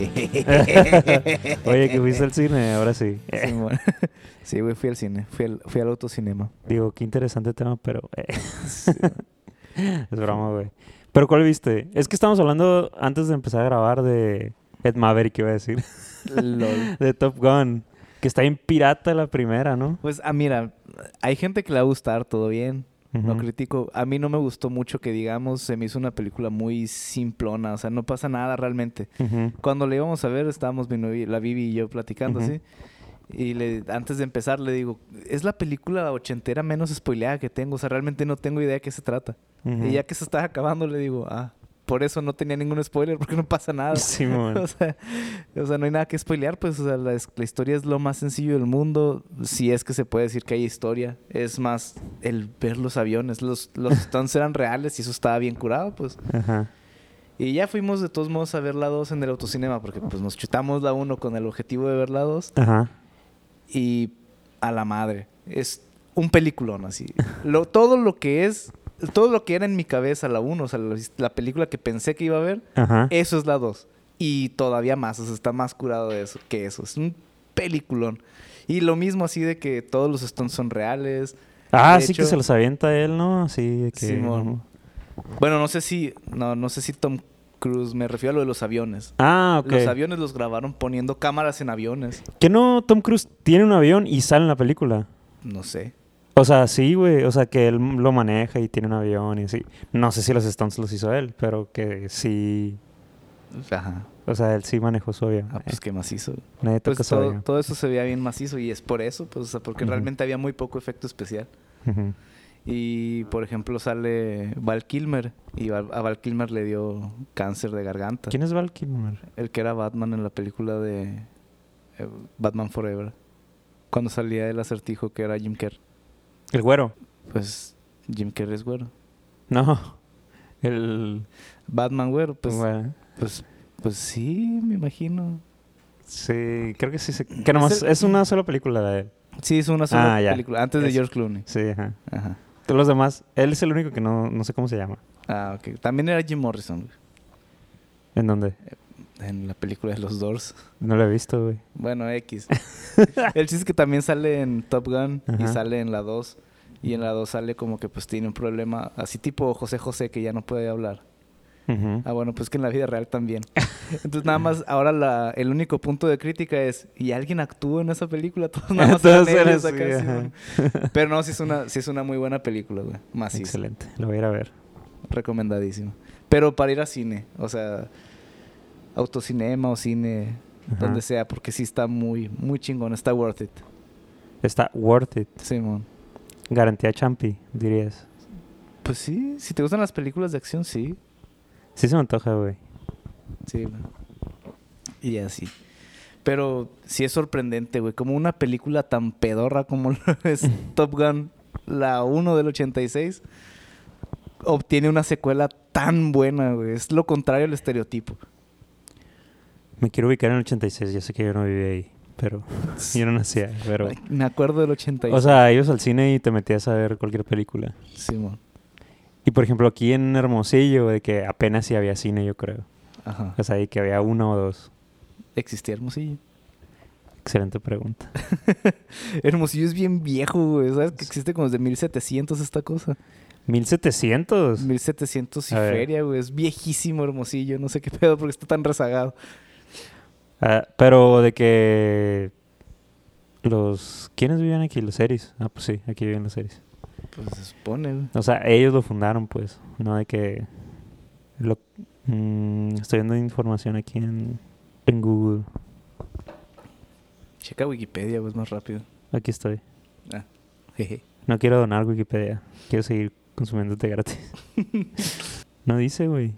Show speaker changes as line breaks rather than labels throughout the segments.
Oye, que fuiste al cine, ahora sí.
Sí, güey. Sí, güey, fui al cine. Fui al, fui al autocinema.
Digo, qué interesante tema, pero eh,
Sí, güey.
es broma, güey. Pero ¿cuál viste? Es que estamos hablando antes de empezar a grabar de Ed Maverick, iba a decir,
Lol.
de Top Gun, que está en pirata la primera, ¿no?
Pues, ah, mira, hay gente que le va a gustar, todo bien. No
Ujú.
critico. A mí no me gustó mucho que, digamos, se me hizo una película muy simplona. O sea, no pasa nada realmente.
Ujú.
Cuando la íbamos a ver, estábamos mi novia- la Vivi y yo platicando
Ujú.
así. Y le, antes de empezar le digo, es la película ochentera menos spoileada que tengo. O sea, realmente no tengo idea de qué se trata.
Ujú.
Y ya que se estaba acabando, le digo, ah, por eso no tenía ningún spoiler, porque no pasa nada.
Simón.
o, sea, o sea, no hay nada que spoilear, pues o sea, la, es- la historia es lo más sencillo del mundo, si es que se puede decir que hay historia. Es más, el ver los aviones, los, los stunts eran reales y eso estaba bien curado, pues.
Ajá.
Y ya fuimos de todos modos a ver la 2 en el autocinema, porque pues nos chutamos la 1 con el objetivo de ver la 2
Ajá.
y a la madre. Es un peliculón así. Lo, todo lo que es, todo lo que era en mi cabeza la 1, o sea, la, la película que pensé que iba a ver,
Ajá.
eso es la 2. Y todavía más, o sea, está más curado de eso que eso. Es un peliculón. Y lo mismo así de que todos los stunts son reales.
ah,
de
sí que
hecho-
se los avienta él, ¿no? Sí, de que...
Simón. Bueno, no sé si, no, no sé si Tom Cruise, me refiero a lo de los aviones.
Ah, ok.
Los aviones los grabaron poniendo cámaras en aviones.
Que no, Tom Cruise tiene un avión y sale en la película.
No sé.
O sea, sí, güey. O sea, que él lo maneja y tiene un avión y así. No sé si los stunts los hizo él, pero que sí.
Ajá.
O sea, él sí manejó su avión.
Ah, pues
Eh,
qué macizo.
Nadie toca
Pues
su
todo,
avión.
todo eso se veía bien macizo y es por eso, pues, o sea, porque
Ujú.
realmente había muy poco efecto especial.
Ujú.
Y, por ejemplo, sale Val Kilmer y Val- a Val Kilmer le dio cáncer de garganta.
¿Quién es Val Kilmer?
El que era Batman en la película de eh, Batman Forever. Cuando salía el acertijo que era Jim Kerr.
El güero.
Pues Jim Kerr es güero.
No. El.
Batman güero, pues,
Bueno,
pues, pues sí, me imagino.
Sí, creo que sí. se- Que nomás es,
el-
una sola película la de él.
Sí, hizo una sola
Ah, ya.
película antes de
Es-
George Clooney.
Sí, ajá.
Ajá.
Todos los demás. Él es el único que no, no sé cómo se llama.
Ah, ok. También era Jim Morrison
¿En dónde?
güey, en la película de los Doors.
No lo he visto, güey.
Bueno, X. El chiste es que también sale en Top Gun y
Ajá.
sale en la 2. Y en la 2 sale como que pues tiene un problema, así tipo José José que ya no puede hablar.
Ujú.
Ah, bueno, pues que en la vida real también. Entonces nada más, ahora la- el único punto de crítica es, ¿y alguien actuó en esa película? Todos pues nada más eran
Todos eran
ellos
así,
acá, sí,
ajá.
bueno. Pero no, sí es una, sí es una muy buena película, güey. Macizo.
Excelente. Lo voy a ir a ver.
Recomendadísimo. Pero para ir a cine, o sea, autocinema o cine,
Ajá.
donde sea, porque sí está muy, muy chingón, está worth it.
Está worth it.
Simón.
Garantía champi, dirías.
Pues sí, si te gustan las películas de acción, sí.
Sí se me antoja, güey.
Sí, güey. Y así. Pero sí es sorprendente, güey. Como una película tan pedorra como lo es Top Gun, la 1 del 86, obtiene una secuela tan buena, güey. Es lo contrario al estereotipo.
Me quiero ubicar en el 86. Yo sé que yo no viví ahí, pero yo no nací ahí, pero...
Ay, Me acuerdo del 86.
O sea, ibas al cine y te metías a ver cualquier película.
Simón.
Y por ejemplo, aquí en Hermosillo, de que apenas sí había cine, yo creo.
Ajá.
O sea, ahí que había uno o dos.
¿Existía Hermosillo?
Excelente pregunta.
Hermosillo es bien viejo, güey. ¿Sabes que existe como desde 1700 esta cosa? Pues,
1700.
1700 y
A ver.
feria, güey. Es viejísimo Hermosillo. No sé qué pedo porque está tan rezagado.
Ah, pero de que... Los... ¿Quiénes vivían aquí? Los Eris. Ah, pues sí, aquí viven los Eris.
Pues se supone, güey.
O sea, ellos lo fundaron, pues. No de que... Lo... Mm, estoy viendo información aquí en, en Google.
Checa Wikipedia, güey. Es más rápido.
Aquí estoy.
Ah. Jeje.
No quiero donar Wikipedia. Quiero seguir consumiéndote gratis. no dice, güey.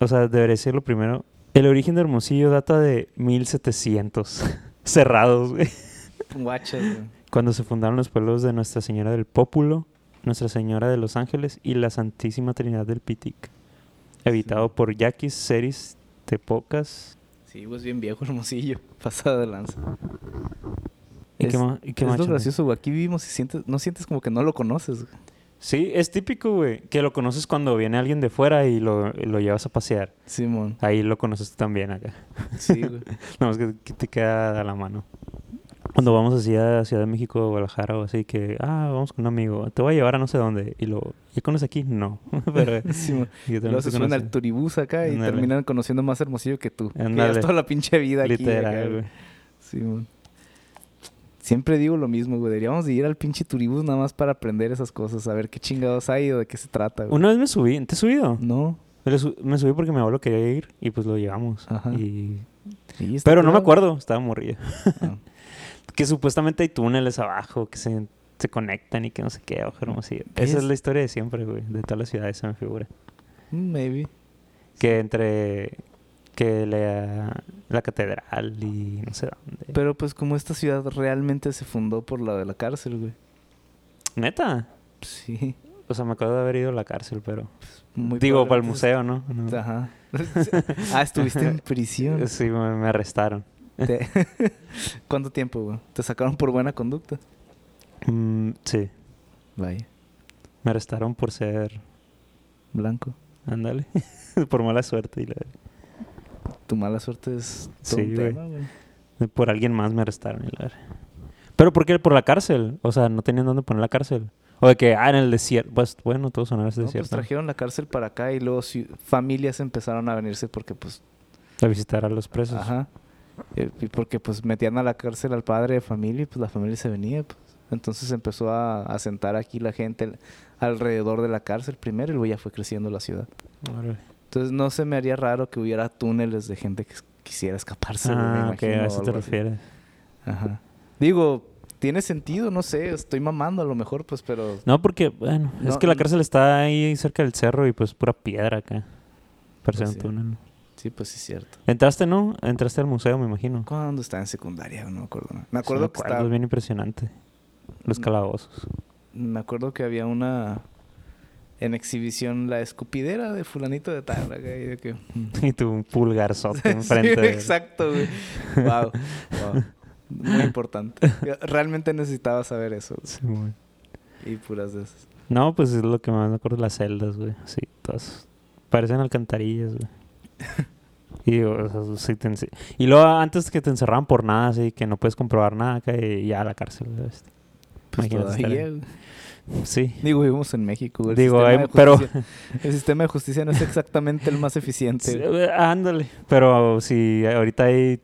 O sea, debería ser lo primero. El origen de Hermosillo data de 1700. Cerrados, güey.
Guachas, güey.
Cuando se fundaron los pueblos de Nuestra Señora del Pópulo, Nuestra Señora de los Ángeles y la Santísima Trinidad del Pitic. Habitado por yaquis, seris, tepocas.
Sí, güey. Es bien viejo Hermosillo. Pasada de lanza.
¿Y
Es-
qué más? ¿Y qué
es
más,
lo
Charlie?
gracioso, güey. Aquí vivimos y sientes, no sientes como que no lo conoces, güey.
Sí, es típico, güey, que lo conoces cuando viene alguien de fuera y lo, lo llevas a pasear.
Simón.
Ahí lo conoces tú también acá.
Sí, güey.
Nada más Ah, que, que te queda a la mano. Cuando vamos así a Ciudad de México o Guadalajara o así que, ah, vamos con un amigo, te voy a llevar a no sé dónde. Y lo, ¿ya conoces aquí? No. Pero, eh,
Simón.
yo también
Luego
te
se suben
conoce.
al turibús acá y
Ándale.
terminan conociendo más Hermosillo que tú. Que llevas
Ándale.
toda la pinche vida aquí. acá,
Literal,
güey.
güey.
Simón. Siempre digo lo mismo, güey. Deberíamos de ir al pinche turibús nada más para aprender esas cosas, a ver qué chingados hay o de qué se trata, güey.
Una vez me subí, ¿te he subido?
No.
Me, lo su- me subí porque mi abuelo quería ir y pues lo llevamos.
Ajá.
Y-
Sí, está
Pero no me
curado.
acuerdo, estaba morrida.
Ah.
Que supuestamente hay túneles abajo que se, se conectan y que no sé qué, ojo hermosillo. Esa
¿Ves?
es la historia de siempre, güey, de todas las ciudades, se me figura.
Maybe.
Que entre. que la, la catedral y no sé dónde.
Pero pues como esta ciudad realmente se fundó por la de la cárcel, güey. Pues,
Neta.
Sí.
O sea, me acuerdo de haber ido a la cárcel, pero.
Muy
Digo, para el
probablemente
museo, ¿no? No.
es- Ajá. ah, estuviste en prisión.
Sí, me, me arrestaron.
Te- ¿Cuánto tiempo, güey? Te sacaron por buena conducta.
Mm, sí,
Vaya.
me arrestaron por ser.
Blanco.
Ándale. por mala suerte. Y la-
Tu mala suerte es todo
Sí,
un
güey.
tema, güey.
Por alguien más me arrestaron. y la- Pero ¿por qué por la cárcel? O sea, no tenían dónde poner la cárcel. O de que, ah, en el desierto. Pues bueno, todo sonaba ese
No, pues
desierto.
trajeron la cárcel para acá y luego ci- familias empezaron a venirse porque pues,
a visitar a los presos.
ajá, Eh, y porque pues metían a la cárcel al padre de familia y pues la familia se venía, pues. Entonces empezó a, a sentar aquí la gente al- alrededor de la cárcel primero y luego ya fue creciendo la ciudad.
Órale.
Entonces no se me haría raro que hubiera túneles de gente que s- quisiera escaparse. güey, me
Ah, ok,
imagino,
a
o
eso te
algo así.
refieres.
Ajá. Digo, tiene sentido, no sé, estoy mamando a lo mejor, pues, pero
No, porque, bueno, es
No,
que la
no.
cárcel está ahí cerca del cerro y pues pura piedra acá. Parece
Pues
un
sí.
túnel. ¿no?
sí, pues sí es cierto.
Entraste, ¿no? Entraste al museo, me imagino.
¿Cuándo estaba en secundaria? No me acuerdo. ¿no? Me
Sí,
acuerdo que
acuerdo,
estaba
Es bien impresionante. Los
Mm.
calabozos.
Me acuerdo que había una en exhibición la escupidera de fulanito de tal. acá, y de que-
y tu pulgarzote
Sí,
enfrente. de-
exacto, güey. Wow, Muy importante. Yo Realmente necesitaba saber eso. güey,
Sí, güey.
Y puras de esas.
No, pues es lo que más me acuerdo las celdas, güey. Sí, todas. Parecen alcantarillas, güey. Y, o sea, sí te ence- y luego antes que te encerraban por nada, así que no puedes comprobar nada, que ya a la cárcel. güey, este.
Pues
Imagínate estar
todavía,
ahí.
güey.
Sí.
Digo, vivimos en México. güey, el
Digo,
sistema
hay-
de
pero-
justicia- El sistema de justicia no es exactamente el más eficiente.
Sí,
güey.
eh, Ándale. Pero si ahorita hay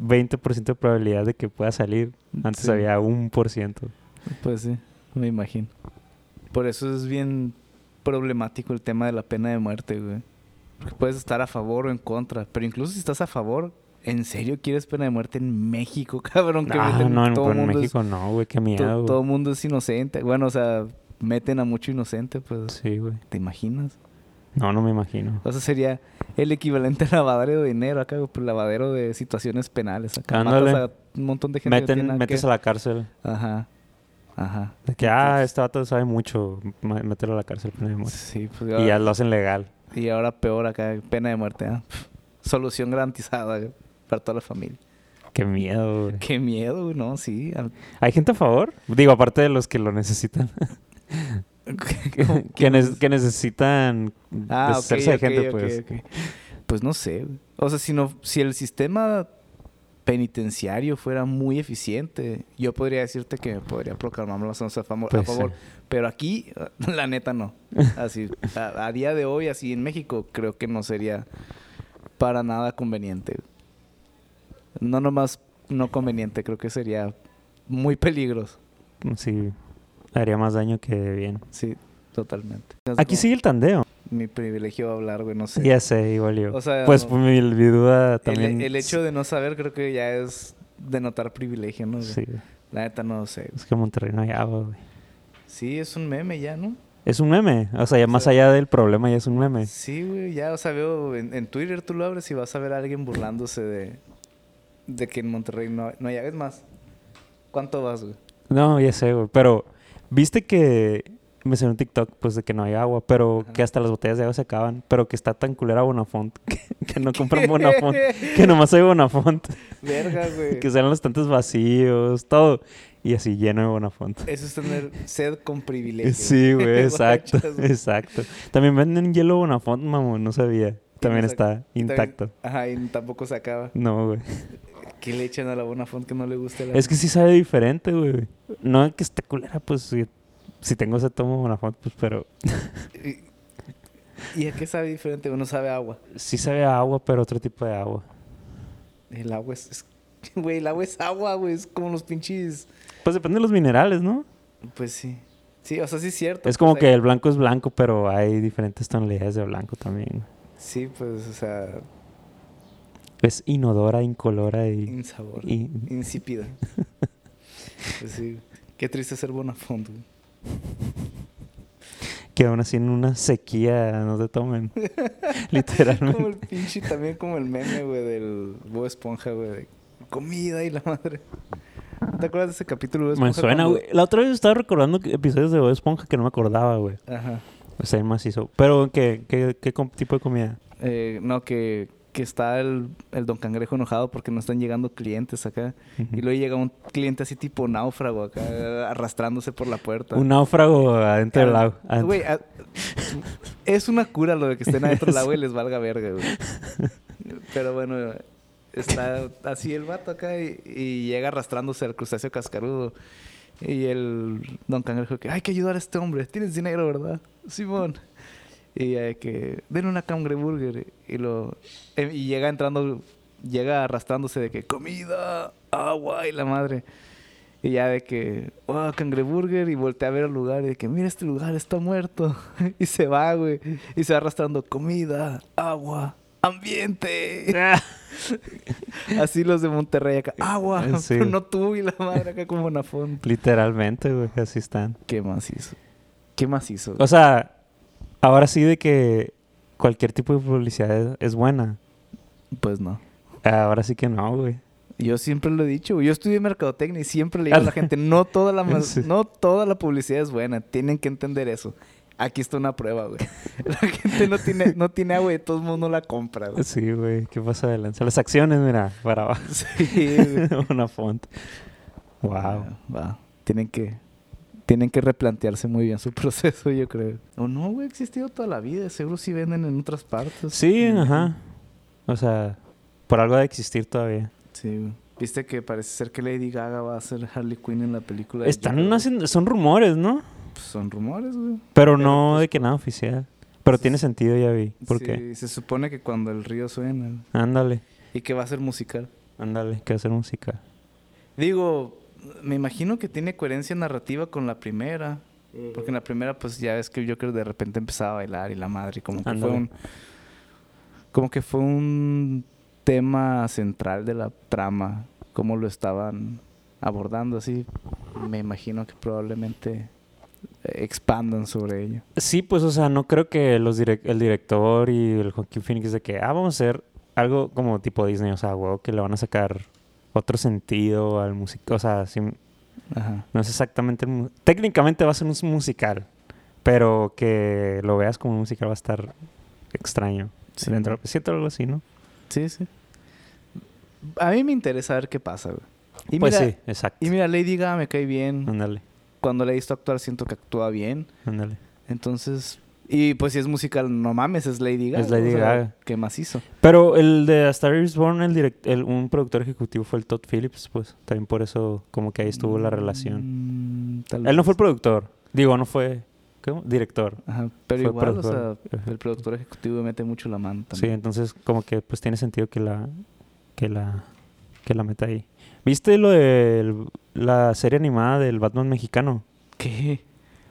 20% de probabilidad de que pueda salir, antes
Sí.
había 1%.
Pues sí, me imagino. Por eso es bien problemático el tema de la pena de muerte, güey. Porque puedes estar a favor o en contra, pero incluso si estás a favor, ¿en serio quieres pena de muerte en México, cabrón? Que
Ah,
meten-
no, en,
todo
en
mundo es-
México no, güey, qué
to-
miedo. güey.
todo mundo es inocente. Bueno, o sea, meten a mucho inocente, pues,
Sí, güey.
¿te imaginas?
No, no me imagino.
O sea, sería el equivalente al lavadero de dinero acá, güey, pero lavadero de situaciones penales acá.
Ándale.
Matas a un montón de gente que no tiene
Meten,
nada
metes
que-
a la cárcel.
Ajá, ajá.
De que, ah, este vato sabe mucho. ma- Mételo a la cárcel, pena de muerte.
Sí, pues
Y
ahora-
ya lo hacen legal.
Y ahora peor acá, pena de muerte. ¿ah? Solución garantizada güey, para toda la familia.
Qué miedo, güey.
Qué miedo, güey, ¿no? Sí. al-
¿Hay gente a favor? Digo, aparte de los que lo necesitan.
¿Cómo-
que,
cómo
ne-
es?
que necesitan
Ah, ok,
deshacerse de
ok,
gente,
ok,
pues.
ok. Pues no sé. güey. O sea, si, no, si el sistema penitenciario fuera muy eficiente, yo podría decirte que me podría proclamar las 11 a famo- a favor.
Pues, sí.
Pero aquí, la neta, no. Así, a, a día de hoy, así en México, creo que no sería para nada conveniente. No nomás no conveniente, creo que sería muy peligroso.
Sí, haría más daño que bien.
Sí, totalmente.
Aquí sigue el tandeo.
Mi privilegio hablar, güey, no sé.
Ya sé, igual yo.
O sea,
pues
no-
mi, mi duda
el,
también.
el hecho de no saber creo que ya es denotar privilegio, ¿no? güey?
Sí, güey.
La neta, no sé.
es que Monterrey no hay agua, güey.
Sí, es un meme ya, ¿no?
Es un meme. O sea, ya
O
más
sea-
allá del problema, ya es un meme.
Sí, güey, ya, o sea, veo en, en Twitter tú lo abres y vas a ver a alguien burlándose de, de que en Monterrey no, no hay. Es más, ¿cuánto vas, güey?
No, ya sé, güey. Pero, viste que me salió un TikTok, pues, de que no hay agua, pero
Ajá.
que hasta las botellas de agua se acaban, pero que está tan culera Bonafont que, que no compran Bonafont, que nomás hay Bonafont,
Verga, güey.
que salen los tantos vacíos, todo. Y así lleno de Bonafont.
Eso es tener sed con privilegio.
Sí, güey, exacto.
Guachas, güey.
exacto. También venden hielo Bonafont, mamón, no sabía. También
no sa-
está
Y también-
intacto.
ajá, y tampoco se acaba.
No, güey.
¿Qué le echan a la Bonafont que no le gusta?
Es que sí sabe diferente, güey. No que esté culera, pues si, si tengo ese tomo Bonafont, pues pero
¿Y, y a qué sabe diferente? Uno sabe a agua.
sí sabe a agua, pero otro tipo de agua.
El agua es... es- Güey, el agua es agua, güey. Es como los pinches...
Pues depende de los minerales, ¿no?
Pues sí. Sí, o sea, sí es cierto.
Es como
pues, hay-
que el blanco es blanco, pero hay diferentes tonalidades de blanco también.
Sí, pues, o sea,
Es inodora, incolora y...
insabor.
y-
Insípida. pues sí. Qué triste ser Bonafont, güey.
que aún así en una sequía no te tomen.
Como
Literalmente.
el pinche, también como el meme, güey, del Bob Esponja, güey. de comida y la madre. ¿Te acuerdas de ese capítulo de Bob
Me
Esponja
suena,
cuando-
güey. La otra vez estaba recordando que- episodios de Bob Esponja que no me acordaba, güey.
Ajá.
O sea, el macizo. Pero, ¿qué, qué, qué com- tipo de comida?
Eh, no, que, que está el, el Don Cangrejo enojado porque no están llegando clientes acá. Y luego llega un cliente así tipo náufrago acá, arrastrándose por la puerta.
Un náufrago adentro del agua.
Ah, Güey, ah, es una cura lo de que estén adentro del agua y les valga verga, güey. Pero bueno, está así el vato acá y, y llega arrastrándose al crustáceo cascarudo. Y el don cangrejo que, hay que ayudar a este hombre, tienes dinero, ¿verdad? Simón. Y eh, que, den una cangreburger. Y, lo, eh, y llega entrando, llega arrastrándose de que, comida, agua y la madre. Y ya de que, oh, cangreburger, y voltea a ver el lugar, y de que, mira, este lugar está muerto. y se va, güey. Y se va arrastrando comida, agua, ambiente. Así los de Monterrey acá, agua,
Sí,
pero
güey.
no tú y la madre acá como una fonte.
Literalmente, güey. Así están.
¿Qué más hizo? ¿Qué más hizo?
O sea, ahora sí de que cualquier tipo de publicidad es- es buena.
Pues no.
Ahora sí que no, güey.
Yo siempre lo he dicho, güey. yo estudié mercadotecnia y siempre le digo a la gente, no toda la, ma-
Sí.
no toda la publicidad es buena, tienen que entender eso. Aquí está una prueba, güey. La gente no tiene, no tiene agua y de todos modos no la compra, güey.
Sí, güey. ¿Qué pasa de lanza? Las acciones, mira, para abajo.
Sí, güey. Ah,
Una font. Wow.
Va. Tienen que, tienen que replantearse muy bien su proceso, yo creo. O no, güey, ha existido toda la vida. Seguro sí venden en otras partes.
Sí,
Mm,
ajá. O sea, por algo ha de existir todavía.
Sí, güey. Viste que parece ser que Lady Gaga va a ser Harley Quinn en la película. de
Están
Joker, güey.
haciendo, son rumores, ¿no?
Pues son rumores, güey.
Pero
Pero,
no
pues,
de que nada oficial. Pero
sí.
tiene sentido, ya vi. ¿Por
Sí,
qué?
se supone que cuando el río suena. güey.
Ándale,
Y que va a ser musical.
ándale, que hacer música.
Digo, me imagino que tiene coherencia narrativa con la primera. Porque en la primera, pues ya ves que el Joker de repente empezaba a bailar y la madre. y Como que fue
Ándale.
un. Como que fue un tema central de la trama. Cómo lo estaban abordando así. Me imagino que probablemente eh, expandan sobre ello.
Sí, pues, o sea, no creo que los direc- el director y el Joaquín Phoenix de que, ah, vamos a hacer algo como tipo Disney, o sea, huevo, que le van a sacar otro sentido al músico. O sea, sí, no
Ajá.
es exactamente. el mu- Técnicamente va a ser un musical, pero que lo veas como un musical va a estar extraño.
Sí.
Dentro, siento algo así, ¿no?
Sí, sí. A mí me interesa ver qué pasa, güey. Y
pues
mira-
sí, Mm. exacto.
Y mira, Lady Gaga me cae bien.
Ándale,
Cuando la he visto actuar, siento que actúa bien.
ándale.
Entonces, y pues si es musical, no mames, es Lady Gaga.
Es Lady Gaga.
¿Qué más hizo?
Pero el de A Star Is Born, el direct- el- un productor ejecutivo fue el Todd Phillips, pues también por eso como que ahí estuvo la relación.
Mm, tal
Él no fue el
vez.
productor, digo, no fue ¿cómo? director.
Ajá, pero
fue
igual,
productor.
o sea, el productor ejecutivo mete mucho la mano
Sí,
también.
entonces como que pues tiene sentido que la que la que la meta ahí. ¿Viste lo de la serie animada del Batman mexicano?
¿Qué?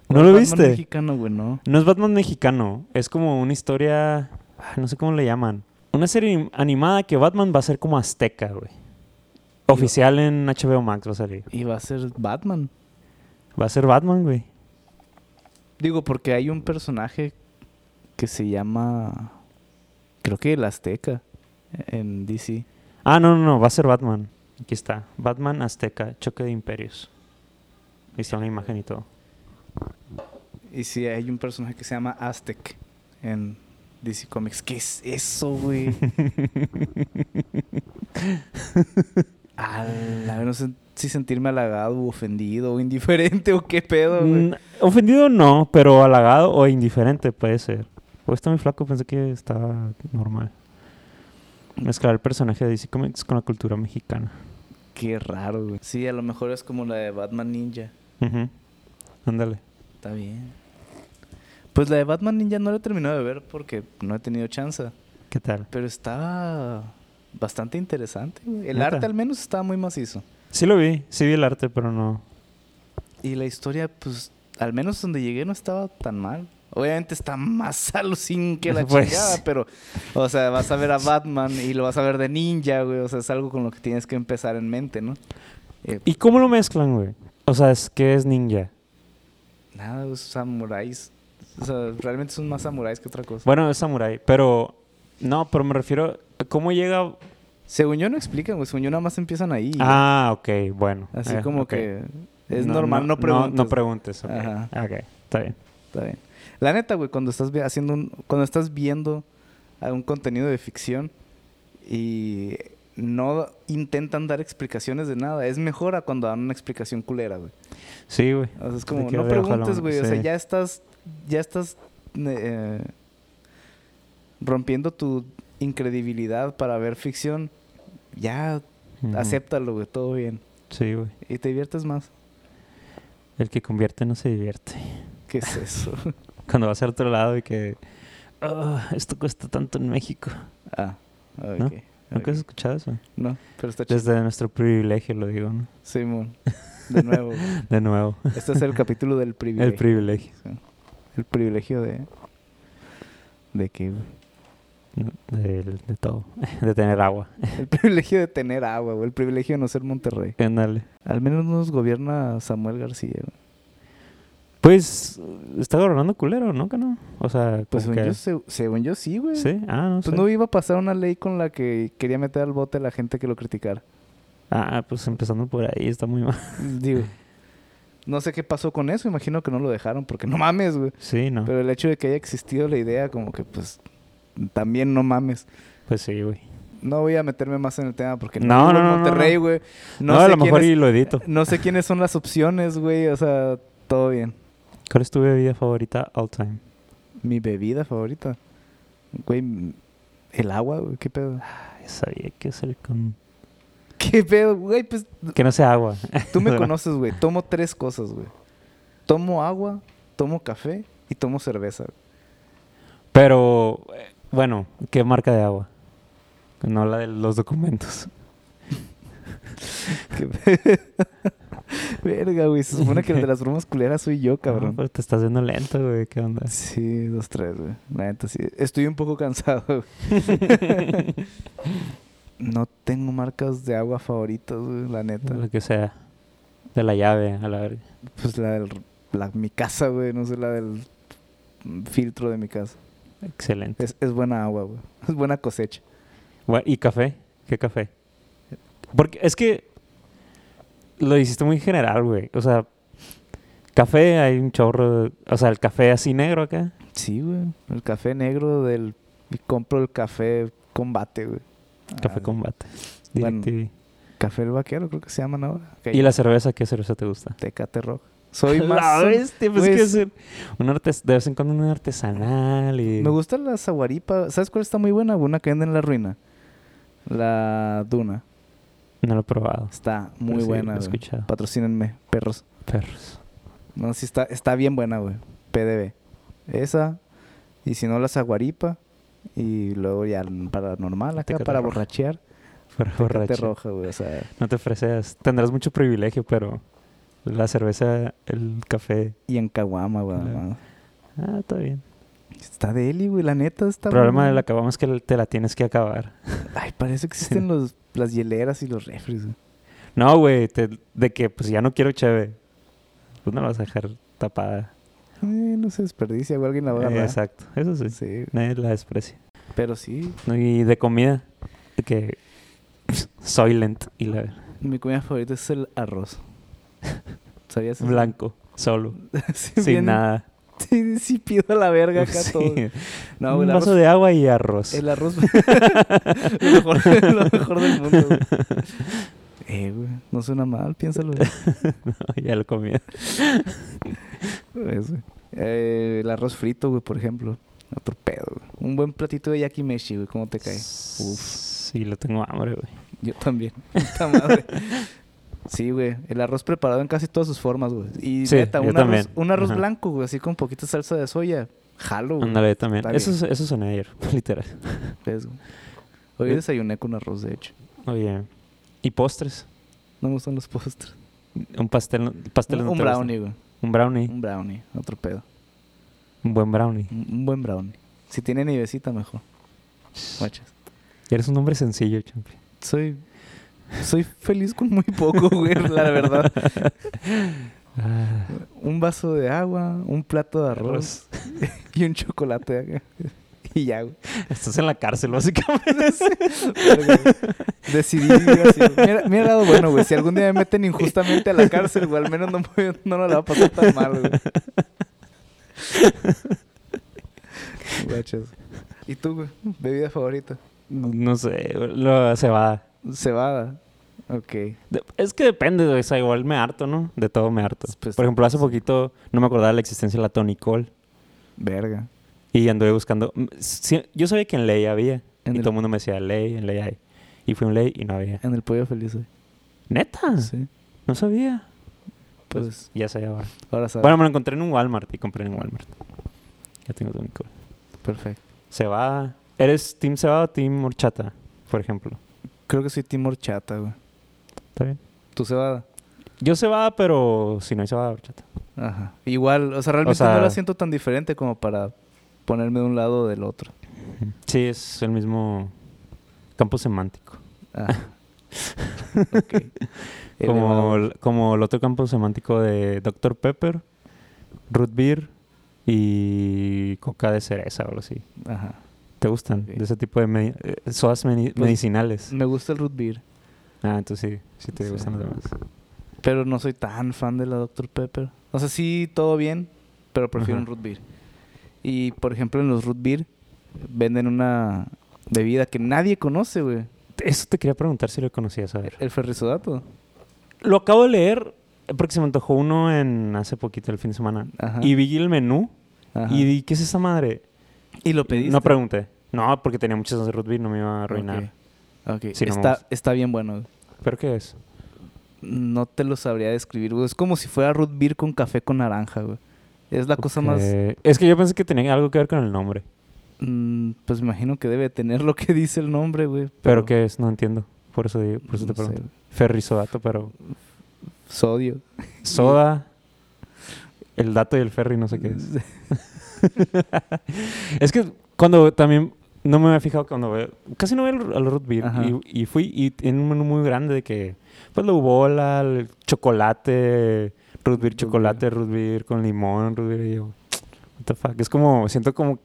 ¿No
Güey,
lo
Batman
viste?
mexicano, güey, no.
No es Batman mexicano, es como una historia, ah, no sé cómo le llaman. Una serie anim- animada que Batman va a ser como azteca, güey. Oficial en HBO Max va a salir.
Y va a ser Batman.
Va a ser Batman, güey.
Digo, porque hay un personaje que se llama. Creo que el Azteca. En DC.
Ah, no, no, no, va a ser Batman. Aquí está. Batman Azteca, choque de imperios. Ahí está la imagen y todo.
Y sí, hay un personaje que se llama Aztec en DC Comics. ¿Qué es eso, güey? A la ver, no sé si sentirme halagado, u ofendido, o indiferente, o qué pedo, güey.
Mm, ofendido no, pero halagado o indiferente puede ser. O está muy flaco, pensé que estaba normal. Mezclar el personaje de DC Comics con la cultura mexicana.
Qué raro, güey. Sí, a lo mejor es como la de Batman Ninja.
Ujú. Ándale.
Está bien. Pues la de Batman Ninja no la he terminado de ver porque no he tenido chance.
¿Qué tal?
Pero está bastante interesante. güey. El
¿Neta?
arte al menos está muy macizo.
Sí lo vi, sí vi el arte, pero no.
Y la historia, pues, al menos donde llegué no estaba tan mal. Obviamente está más a los sin que la
Pues.
chingada, pero, o sea, vas a ver a Batman y lo vas a ver de ninja, güey. O sea, es algo con lo que tienes que empezar en mente, ¿no? Eh,
¿Y cómo lo mezclan, güey? O sea, es que es ninja.
nada, los samuráis. O sea, realmente son más samuráis que otra cosa.
Bueno, es samurái, pero. No, pero me refiero. a ¿Cómo llega.?
Según yo no explican, güey. Según yo nada más empiezan ahí. güey.
Ah, ok, bueno.
Así
Eh,
como
ok.
que es normal, no preguntes.
No, preguntes, ok.
Ajá.
Ok, está bien.
Está bien. La neta, güey, cuando estás vi- haciendo un, cuando estás viendo algún contenido de ficción y no intentan dar explicaciones de nada, es mejor a cuando dan una explicación culera, güey.
Sí, güey.
O sea, es
De
como
que
no
de ojalá,
preguntes, güey, o sea,
sí.
ya estás ya estás eh, rompiendo tu incredibilidad para ver ficción. Ya
Ujú.
acéptalo, güey, todo bien
Mm, Sí, güey.
y te diviertes más.
El que convierte no se divierte.
¿Qué es eso?
Cuando vas a otro lado y que. "Ah, esto cuesta tanto en México.
ah, ok.
¿No? ¿Nunca
ok.
has escuchado eso?
No, pero está chido.
Desde nuestro privilegio lo digo, ¿no?
Simón, de nuevo. güey.
De nuevo.
este es el capítulo del privilegio.
El privilegio.
El privilegio de... ¿De qué, güey?
De, de todo. De tener agua.
El privilegio de tener agua, güey. El privilegio de no ser Monterrey.
Ándale.
Al menos nos gobierna Samuel García, güey.
Pues está gobernando culero, ¿no? Que no. O sea,
Pues según
como
yo,
que-
se- según yo sí, güey.
sí. Ah, no
Pues
sé.
no iba a pasar una ley con la que quería meter al bote a la gente que lo criticara.
Ah, pues empezando por ahí está muy mal.
Digo, no sé qué pasó con eso. Imagino que no lo dejaron porque no mames, güey.
Sí, no.
Pero el hecho de que haya existido la idea, como que pues también no mames.
Pues sí, güey.
No voy a meterme más en el tema porque
No,
vivo
no,
en
no, no,
Monterrey,
no.
güey.
No,
No, sé
a lo mejor
quiénes,
y lo edito.
no sé quiénes son las opciones, güey. O sea, todo bien.
¿Cuál es tu bebida favorita all time?
Mi bebida favorita. Güey, m- el agua, güey. ¿Qué pedo?
Ay, sabía que hacer con...
¿Qué pedo, güey? Pues
Que no sea agua.
tú me
No.
conoces, güey. Tomo tres cosas, güey. Tomo agua, tomo café y tomo cerveza.
Pero, eh, bueno, ¿qué marca de agua? No la de los documentos.
¿Qué pedo? Verga, güey. Se supone que el de las bromas culeras soy yo,
Ah,
cabrón.
pero te estás viendo lento, güey. ¿Qué onda?
Sí, dos, tres, güey. La neta, sí. Estoy un poco cansado, güey. No tengo marcas de agua favoritas, güey, la neta.
Lo que sea. De la llave, a la verga.
Pues la del... La, mi casa, güey, no sé, la del filtro de mi casa.
Excelente.
Es, es buena agua, güey. Es buena cosecha.
Bueno, ¿Y café? ¿Qué café? Porque es que lo hiciste muy general, güey. O sea, café hay un chorro. de- O sea, el café así negro acá.
Sí, güey. El café negro del... y compro el café combate, güey.
Café
Ah,
combate.
Bueno.
DirecTV.
Café el vaquero, creo que se llaman ahora.
¿Y la cerveza? ¿Qué cerveza te gusta?
Tecate Rock. Soy
La
más...
bestia, pues,
güey,
¿qué
es-
hacer? Un artes- de vez en cuando un artesanal y...
Me gusta la zaguaripa. ¿Sabes cuál está muy buena? Una que venden en la ruina. La duna.
No lo he probado.
Está
Pero
muy
sí,
buena.
Lo he
güey.
escuchado.
Patrocínenme, perros.
Perros.
No, sí está, está bien buena, güey. PDB. Esa. Y si no, la zaguaripa. Y luego ya para normal acá,
Tecate
para
roja.
borrachear.
Perros
Tecate
borrachos.
roja, güey. O sea,
No te ofreces. Tendrás mucho privilegio, pero... La cerveza, el café...
y en caguama, güey.
Claro.
además.
Ah, está bien.
Está de Eli, güey. La neta está
El problema
muy-
de la acabamos es que te la tienes que acabar.
Ay, para eso existen los, las hieleras y los refres, güey.
No, güey. te- De que, pues, ya no quiero cheve. Pues no la vas a dejar tapada.
Eh, no se desperdicia, güey. Alguien la va a
Eh,
agarrar.
exacto. Eso sí.
Sí,
Nadie la desprecia.
pero sí,
No, Y de comida. de Que... Soylent y la...
mi comida favorita es el arroz. ¿Sabías? eso?
Blanco. Solo.
Sí,
Sin
bien-
nada.
Sí, sí pido la verga acá
Sí.
todo. No,
un
güey, el
vaso
arroz.
de agua y arroz.
El arroz. lo, mejor, lo mejor del mundo. güey. Eh, güey, no suena mal, piénsalo. güey.
No, ya lo comí.
Pues, güey. Eh, el arroz frito, güey, por ejemplo. Otro pedo, güey. Un buen platito de yakimeshi, güey, ¿cómo te cae?
Sí, lo tengo hambre, güey.
Yo también. Puta madre. Sí, güey. El arroz preparado en casi todas sus formas, güey. Y
Sí,
neta,
yo
un arroz,
también.
un arroz
Ajá.
blanco, güey, así con poquita salsa de soya. Jalo, güey.
Ándale, yo también.
Está
Eso, eso soné ayer, literal.
Ves, güey. Hoy
Yo-
desayuné con arroz, de hecho.
Oye, ¿y postres?
No me gustan los postres.
Un pastel, no- pasteles
Un,
no
un
te gustan?
brownie, güey.
Un brownie.
Un brownie. Otro pedo.
Un buen brownie.
Un, un buen brownie. Si tiene nivecita, mejor. Guachas.
Eres un hombre sencillo, champi.
Soy... Soy feliz con muy poco, güey, la verdad.
Ah,
Un vaso de agua, un plato de arroz y un chocolate. acá. Y ya, güey.
Estás en la cárcel, básicamente.
Verga, güey. Decidí vivir así. güey. Mira, mira el lado bueno, güey. Si algún día me meten injustamente a la cárcel, güey, al menos no, me- no nos la va a pasar tan mal, güey. Guachas. ¿Y tú, güey? ¿Bebida favorita?
No sé, lo, se va.
Cebada. Ok.
De- Es que depende, güey, o sea, igual me harto, ¿no? De todo me harto.
Pues,
Por ejemplo, hace poquito no me acordaba de la existencia de la Tony Cole
Verga.
y anduve buscando. mm, sí, yo sabía que en ley había
En
y
el-
todo el mundo me decía ley, en ley hay. Y fui a un ley y no había.
En el pollo feliz, güey.
Neta,
Sí.
no sabía.
Pues,
Ya sé ahora.
ahora sabes.
Bueno, me lo encontré en un Walmart y compré en un Walmart. Ya tengo Tony Cole.
Perfecto.
Cebada. ¿Eres Team Cebada o Team Horchata, por ejemplo?
Creo que soy Timor Chata, güey.
¿Está bien?
¿Tu cebada?
Yo cebada, pero si no hay cebada, horchata.
Ajá. Igual, o sea, realmente
sea-
no la siento tan diferente como para ponerme de un lado o del otro.
Sí, es el mismo campo semántico.
Ah. ok.
Como
Elevado.
el, como el otro campo semántico de Dr. Pepper, root beer y coca de cereza o algo así.
Ajá.
¿Te gustan?
Ok.
De ese tipo de medi- eh, sodas meni-
Pues-
medicinales.
Me gusta el root beer,
Ah, entonces sí, sí te
Sí.
gustan los demás.
pero no soy tan fan de la Dr. Pepper. O sea, sí, todo bien, pero prefiero
Ajá.
un root beer. Y, por ejemplo, en los root beer venden una bebida que nadie conoce, güey.
Eso te quería preguntar si lo conocías, a ver.
El ferrizodato.
Lo acabo de leer eh, porque se me antojó uno en hace poquito, el fin de semana.
Ajá.
Y vi el menú
Ajá.
y di, ¿qué es esa madre?
¿Y lo pediste.
No pregunté. No, porque tenía muchas de root beer, no me iba a arruinar.
Ok. Ok.
Sí, no me
está,
gusta.
está bien bueno. güey.
¿Pero qué es?
No te lo sabría describir, güey. Es como si fuera root beer con café con naranja, güey. Es la cosa más
Eh, es que yo pensé que tenía algo que ver con el nombre.
Mm, pues me imagino que debe tener lo que dice el nombre, güey.
¿Pero qué es? No entiendo. Por eso, digo- por eso te
no sé,
pregunto. Ferrizodato, pero...
sodio.
Soda, el dato y el ferry, no sé qué es. es que cuando también... No me había fijado cuando veo... Casi no veo al- al root beer.
Ajá.
Y, y fui y en un menú muy grande de que... Pues la ubola, el chocolate, root beer,
Root
chocolate, root beer con limón, root beer. Y yo, what the fuck. Es como... Siento como...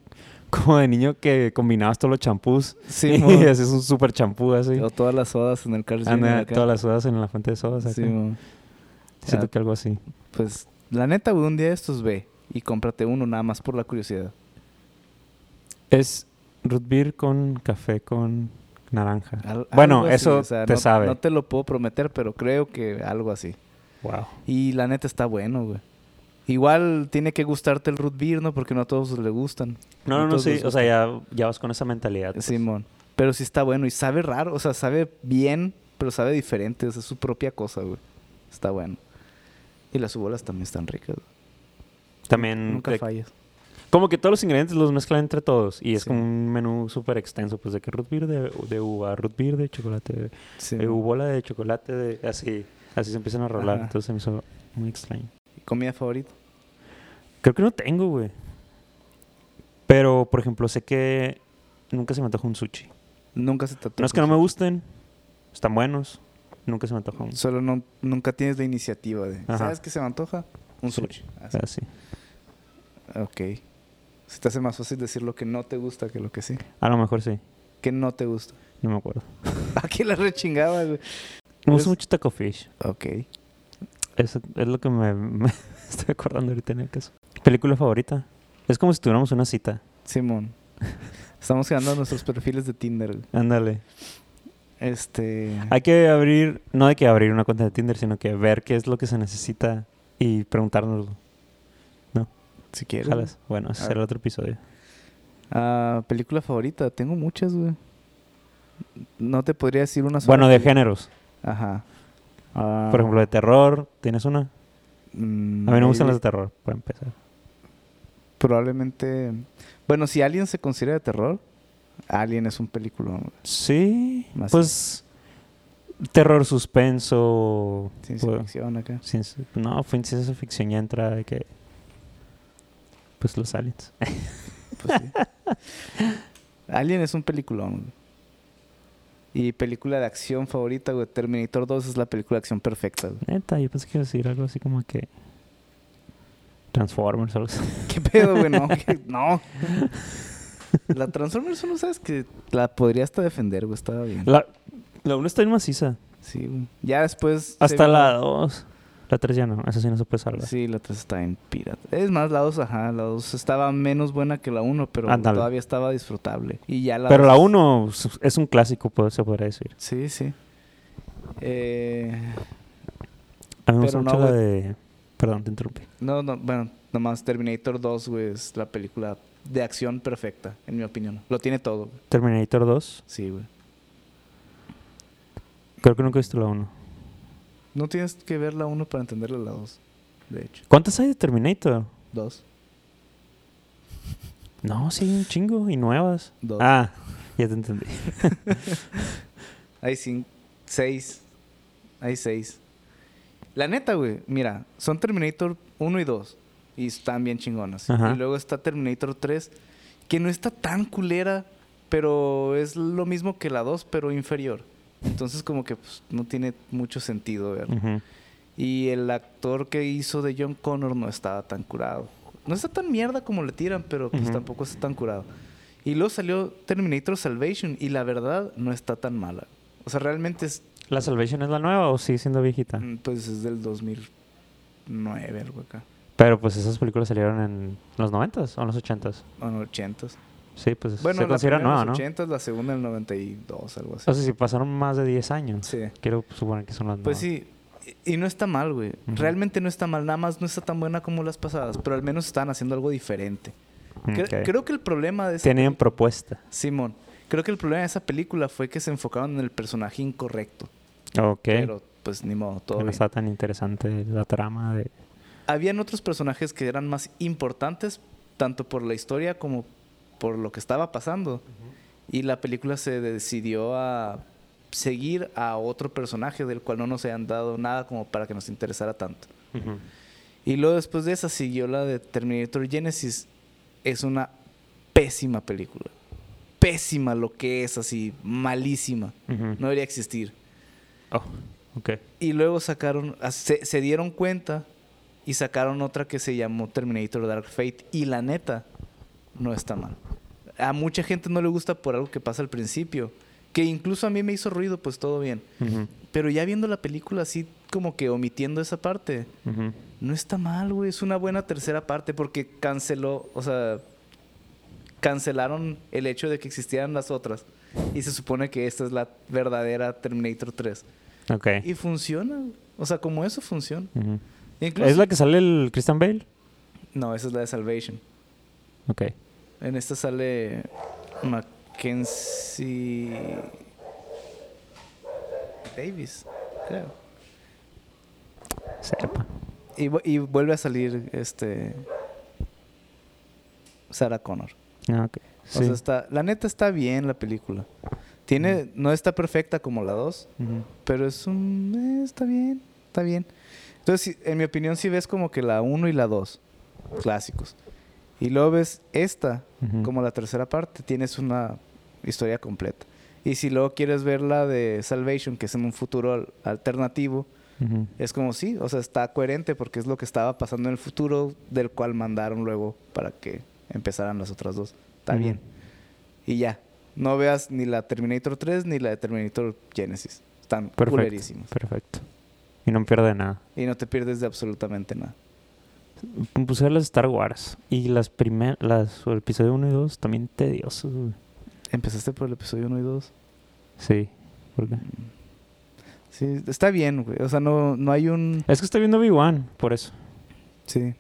Como de niño que combinabas todos los champús.
Sí,
y
mo.
haces un súper champú así.
o todas las sodas en el Carl's Jr.
Anda,
acá.
todas las sodas en la fuente de sodas. acá.
Sí, mo.
Siento
Ah.
que algo así.
Pues la neta, güey, un día de estos ve y cómprate uno nada más por la curiosidad.
Es root beer con café con naranja.
Al-
bueno,
algo así,
eso
o sea,
te
no-
sabe.
No te lo puedo prometer, pero creo que algo así.
Wow.
Y la neta está bueno, güey. Igual tiene que gustarte el root beer, ¿no? Porque no a todos le gustan.
No, no, no,
Entonces,
sí. O sea, ya, ya vas con esa mentalidad. pues.
Simón. Pero sí está bueno y sabe raro, o sea, sabe bien, pero sabe diferente, o sea, es su propia cosa, güey. Está bueno. Y las ubolas también están ricas. güey.
También.
Nunca
Mm, de-
fallas.
como que todos los ingredientes los mezclan entre todos. Y es
Sí.
como un menú súper extenso. Pues de que root beer de, de uva, root beer de chocolate, de,
Sí.
de ubola de chocolate, de, así. Así se empiezan a rolar.
Ajá.
Entonces se me hizo muy extraño.
¿Comida favorita?
Creo que no tengo, güey. Pero, por ejemplo, sé que nunca se me antoja un sushi.
Nunca se te
No es que no me gusten, están buenos, nunca se me antoja un
Solo no, nunca tienes la iniciativa de.
Ajá.
¿Sabes qué se me antoja? Un
Sí.
sushi. Así.
así.
Ok. Se te hace más fácil decir lo que no te gusta que lo que sí.
A lo mejor sí,
Que no te gusta.
no me acuerdo.
Aquí la rechingaba, güey. Es-
Me gusta mucho Taco Fish.
Ok.
Eso es lo que me, me estoy acordando ahorita en el caso. ¿Película favorita? Es como si tuviéramos una cita.
Simón. Estamos creando nuestros perfiles de Tinder, güey.
Ándale.
Este.
Hay que abrir, no hay que abrir una cuenta de Tinder, sino que ver qué es lo que se necesita y preguntárnoslo.
si quieres. güey.
Jalas. Bueno, ese
A
será
ver.
otro episodio.
Ah, película favorita. Tengo muchas, güey. No te podría decir una sola.
Bueno, de géneros.
Ajá. Ah,
Por ejemplo, de terror. ¿Tienes una?
mm,
A mí no me gustan
maybe-
las de terror, para empezar.
Probablemente. Bueno, si Alien se considera de terror, Alien es un película.
Sí.
Más
Pues. Terror, suspenso.
Ciencia
pues,
ficción acá.
ciencia- no, fue en ciencia ficción ya entra de que. Pues los aliens.
Pues sí. Alien es un peliculón. güey. Y película de acción favorita, güey. Terminator 2 es la película de acción perfecta, güey.
Neta, yo pensé que iba a decir algo así como que. Transformers o algo así.
¿Qué pedo, güey? No, que- no. La Transformers 1, ¿sabes? Que la podría hasta defender, güey. Estaba bien.
La, la 1 está en maciza.
Sí, güey. Ya después... se
Hasta
vino-
la 2. La 3 ya no. Esa sí no se puede salvar.
Sí, la 3 está en pirata. Es más, la 2, ajá. La 2 estaba menos buena que la 1, pero
Ándale.
todavía estaba disfrutable. Y ya la
Pero la
dos-
1 es un clásico, pues, se podría decir.
Sí, sí. Eh...
A mí me gusta
Pero no,
mucho la
güey.
de. Perdón, te interrumpí.
No, no, bueno, nomás Terminator 2, güey, es la película de acción perfecta, en mi opinión. Lo tiene todo, güey.
Terminator 2.
Sí, güey.
Creo que nunca he visto la 1.
No tienes que ver la 1 para entender la 2, de hecho.
¿Cuántas hay de Terminator?
2.
No, sí, un chingo. Y nuevas.
Dos.
Ah, ya te entendí.
Hay 6. Hay 6. La neta, güey, mira, son Terminator 1 y 2. Y están bien chingonas.
Ajá.
Y luego está Terminator 3, que no está tan culera, pero es lo mismo que la 2, pero inferior. Entonces, como que pues, no tiene mucho sentido verlo.
Ujú.
Y el actor que hizo de John Connor no estaba tan curado. No está tan mierda como le tiran, pero pues
Ujú.
tampoco está tan curado. Y luego salió Terminator Salvation y la verdad no está tan mala. O sea, realmente es,
¿La Salvation es la nueva o sigue siendo viejita?
mm, pues es del 2009, algo acá.
Pero pues esas películas salieron en los 90s o en los 80s.
O en los 80s.
Sí, pues
Bueno,
se
la
considera
primera
nueva,
en
¿no?
los 80s, la segunda en el 92, algo así.
O sea, si pasaron más de 10 años.
sí.
Quiero suponer que son las
Pues
nuevas.
sí. Y y no está mal, güey.
Ujú.
Realmente no está mal. Nada más no está tan buena como las pasadas. Pero al menos están haciendo algo diferente. Cre-
Ok.
Creo que el problema de esta
Tenían propuesta.
Simón, creo que el problema de esa película fue que se enfocaron en el personaje incorrecto.
Ok.
Pero pues ni modo, todo.
no
bien.
está tan interesante la trama de...
Habían otros personajes que eran más importantes, tanto por la historia como por lo que estaba pasando. Y la película se decidió a seguir a otro personaje del cual no nos habían dado nada como para que nos interesara tanto. Y luego después de esa siguió la de Terminator Genesis. Es una pésima película. Pésima lo que es, así, malísima.
Ujú.
No debería existir.
Oh, ok.
Y luego sacaron, ah, se, se dieron cuenta y sacaron otra que se llamó Terminator Dark Fate. Y la neta, no está mal. A mucha gente no le gusta por algo que pasa al principio. Que incluso a mí me hizo ruido, pues todo bien.
Ujú,
Pero ya viendo la película así, como que omitiendo esa parte,
ujú.
no está mal, güey. Es una buena tercera parte porque canceló, o sea, cancelaron el hecho de que existieran las otras. Y se supone que esta es la verdadera Terminator 3.
Ok.
Y funciona. O sea, como eso funciona.
Ujú.
Incluso,
¿Es la que sale el Christian Bale?
No, esa es la de Salvation.
Ok.
En esta sale Mackenzie Davis, creo.
Sepa.
Y, vu- y vuelve a salir este Sarah Connor.
Ah, ok.
O
Sí. Mm.
sea, está, la neta está bien la película. Tiene, no está perfecta como la 2,
Ujú.
Pero es un... eh, está bien, está bien. Entonces, sí, en mi opinión, si ves como que la 1 y la 2, clásicos. Y luego ves esta
Ujú.
como la tercera parte, tienes una historia completa. Y si luego quieres ver la de Salvation, que es en un futuro al- alternativo,
Ujú.
es como sí, o sea, está coherente porque es lo que estaba pasando en el futuro, del cual mandaron luego para que empezaran las otras dos. Está
Ujú.
bien. Y ya, no veas ni la Terminator 3 ni la de Terminator Genesis. Están
Perfecto.
culerísimas.
Perfecto. Y no pierde nada.
Y no te pierdes de absolutamente nada.
Me Puse a pues, las Star Wars. Y las primeras... Las... El episodio 1 y 2 también tediosos, güey.
¿Empezaste por el episodio 1 y 2?
Sí. por acá.
Sí, está bien, güey. O sea, no, no hay un...
Es que estoy viendo B1, por eso.
Sí.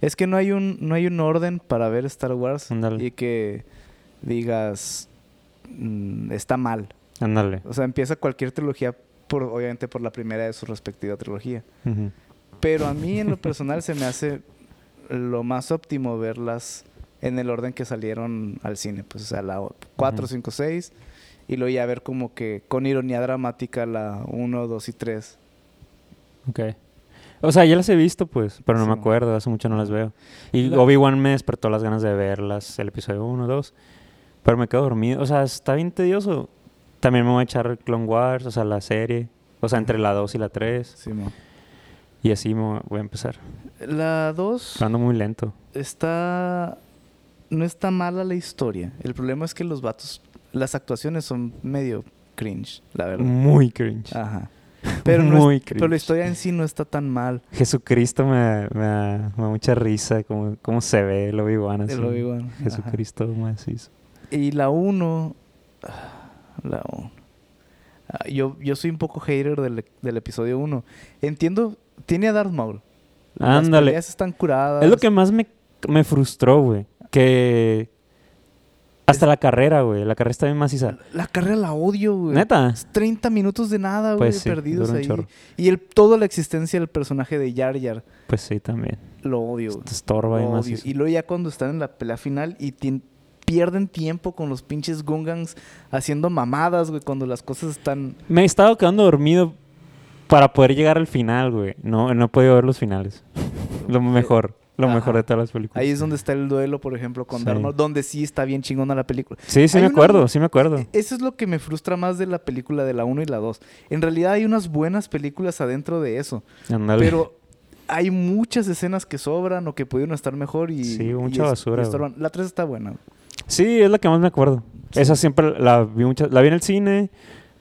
Es que no hay un, no hay un orden para ver Star Wars
Ándale.
y que digas mm, está mal.
Ándale.
O sea, empieza cualquier trilogía por, obviamente, por la primera de su respectiva trilogía.
Ujú.
Pero a mí, en lo personal, se me hace lo más óptimo verlas en el orden que salieron al cine. Pues, o sea, la 4,
Ujú.
5, 6. Y luego ya ver como que con ironía dramática la 1, 2 y 3.
Ok. O sea, ya las he visto, pues, pero no me
Sí.
acuerdo, hace mucho no las veo. Y
La-
Obi-Wan me despertó las ganas de verlas, el episodio 1, 2, pero me quedo dormido. O sea, está bien tedioso. También me voy a echar Clone Wars, o sea, la serie, o sea, entre la 2 y la 3, y así me voy- voy a empezar.
La 2
Pero Ando muy lento.
está... No está mala la historia. El problema es que los vatos... Las actuaciones son medio cringe, la verdad.
Muy cringe.
Ajá. Pero, no es-
Mm. Muy
pero la
cringe.
historia en sí no está tan mal.
Jesucristo me, me da, me da mucha risa, como, como se ve el Obi-Wan así.
el Obi-Wan. Ajá.
Jesucristo macizo.
Y la 1. La 1. Yo, yo soy un poco hater del, del episodio 1. Entiendo, tiene a Darth Maul. Las
Ándale.
peleas están curadas.
Es lo que más me, me frustró, güey. Que. Hasta la carrera, güey. La carrera está bien maciza.
La carrera la odio, güey.
Neta.
Es 30 minutos de nada, güey,
Pues sí,
perdidos
dura un
ahí.
chorro.
Y el, toda la existencia del personaje de Yar Yar
Pues sí, también.
lo odio, güey.
Te estorba y
Lo odio.
macizo.
Y luego ya cuando están en la pelea final y tien- pierden tiempo con los pinches Gungans haciendo mamadas, güey, cuando las cosas están...
Me he estado quedando dormido para poder llegar al final, güey. No, no he podido ver los finales. Lo mejor. Lo
Ajá.
mejor de todas las películas.
Ahí es donde está el duelo, por ejemplo, con
Sí.
Darth Maul, donde sí está bien chingona la película.
Sí, sí
hay una-
me
Eh,
acuerdo, sí me acuerdo.
Eso es lo que me frustra más de la película de la 1 y la 2. En realidad hay unas buenas películas adentro de eso,
Ándale.
pero hay muchas escenas que sobran o que pudieron estar mejor y...
Sí,
y
mucha
es-
basura,
y estorban. la 3 está buena.
Sí, es la que más me acuerdo. Esa siempre la vi mucho. La vi en el cine.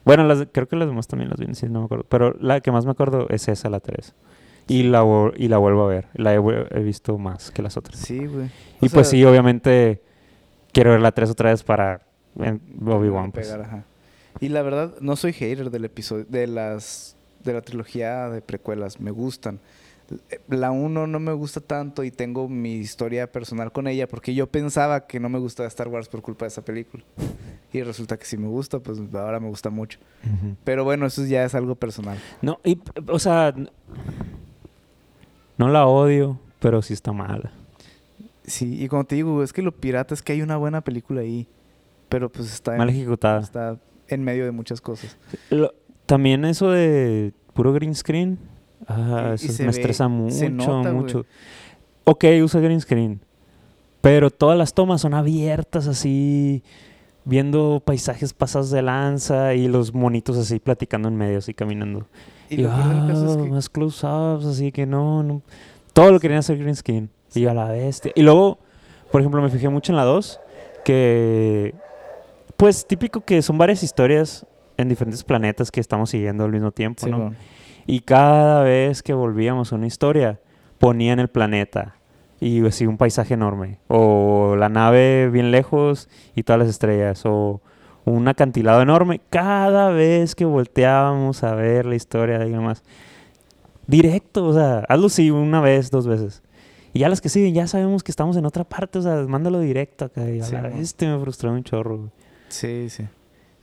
Bueno, las, creo que las demás también las vi en el cine, no me acuerdo. Pero la que más me acuerdo es esa, la 3. Y la, vu- y la vuelvo a ver. La he, vu- he visto más que las otras.
Sí, güey.
y
O
pues
sea,
sí, obviamente quiero ver la 3 otra vez para eh, Obi-Wan. Pues.
pegar, ajá. Y la verdad, no soy hater del episodio, de las, de la trilogía de precuelas, me gustan. La 1 no me gusta tanto y tengo mi historia personal con ella porque yo pensaba que no me gustaba Star Wars por culpa de esa película. Y resulta que si me gusta, pues ahora me gusta mucho.
Ujú.
Pero bueno, eso ya es algo personal.
No, y, p- o sea, n- no la odio, pero sí está mala.
Sí, y cuando te digo, es que lo pirata es que hay una buena película ahí, pero pues está
Mal
en,
ejecutada.
está en medio de muchas cosas.
Lo- también eso de puro green screen. ah,
Y- y
eso
se
me
ve-
estresa
se
mucho,
nota, güey.
mucho. Ok, usa green screen. Pero todas las tomas son abiertas así, viendo paisajes pasados de lanza y los monitos así platicando en medio, así caminando. Y,
Y lo peor del caso es
"Ah,
que-
más close-ups, así que no, no". Todo lo querían hacer green screen. Y yo a la bestia. Y luego, por ejemplo, me fijé mucho en la 2, que pues típico que son varias historias en diferentes planetas que estamos siguiendo al mismo tiempo,
Sí,
¿no?
bueno.
Y cada vez que volvíamos a una historia, ponían el planeta y así un paisaje enorme. O la nave bien lejos y todas las estrellas. O un acantilado enorme. Cada vez que volteábamos a ver la historia de alguien más. Directo, o sea, hazlo sí una vez, dos veces. Y ya las que siguen, ya sabemos que estamos en otra parte, o sea, mándalo directo acá. Y a
Sí,
la
mo.
bestia me frustró un chorro. güey.
Sí, sí.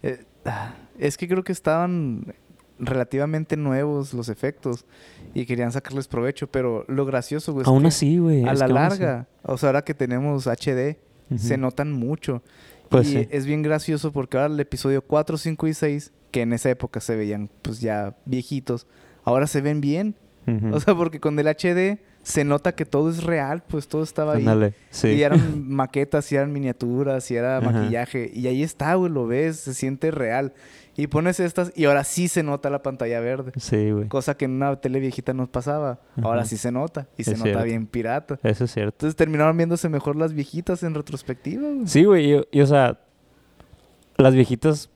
Eh, ah, es que creo que estaban relativamente nuevos los efectos y querían sacarles provecho, pero lo gracioso, güey, es
aún
Pues que
así, güey.
a
es
la
que aún así.
larga, o sea, ahora que tenemos HD, se
Ujú.
notan mucho.
Pues
y
sí.
es bien gracioso porque ahora el episodio 4, 5 y 6, que en esa época se veían pues ya viejitos, ahora se ven bien.
Ujú.
O sea, porque con el HD se nota que todo es real, pues todo estaba ahí.
Ándale, sí.
Y eran maquetas, y eran miniaturas, y era
Ajá.
maquillaje. Y ahí está, güey, lo ves, se siente real. Y pones estas y ahora sí se nota la pantalla verde.
Sí, güey.
Cosa que en una tele viejita no pasaba. Ahora
Ajá.
sí se nota. Y se
Es
nota
cierto.
bien pirata.
Eso es cierto.
Entonces terminaron viéndose mejor las viejitas en retrospectiva, güey.
Sí, güey. Y, y, o sea, las viejitas,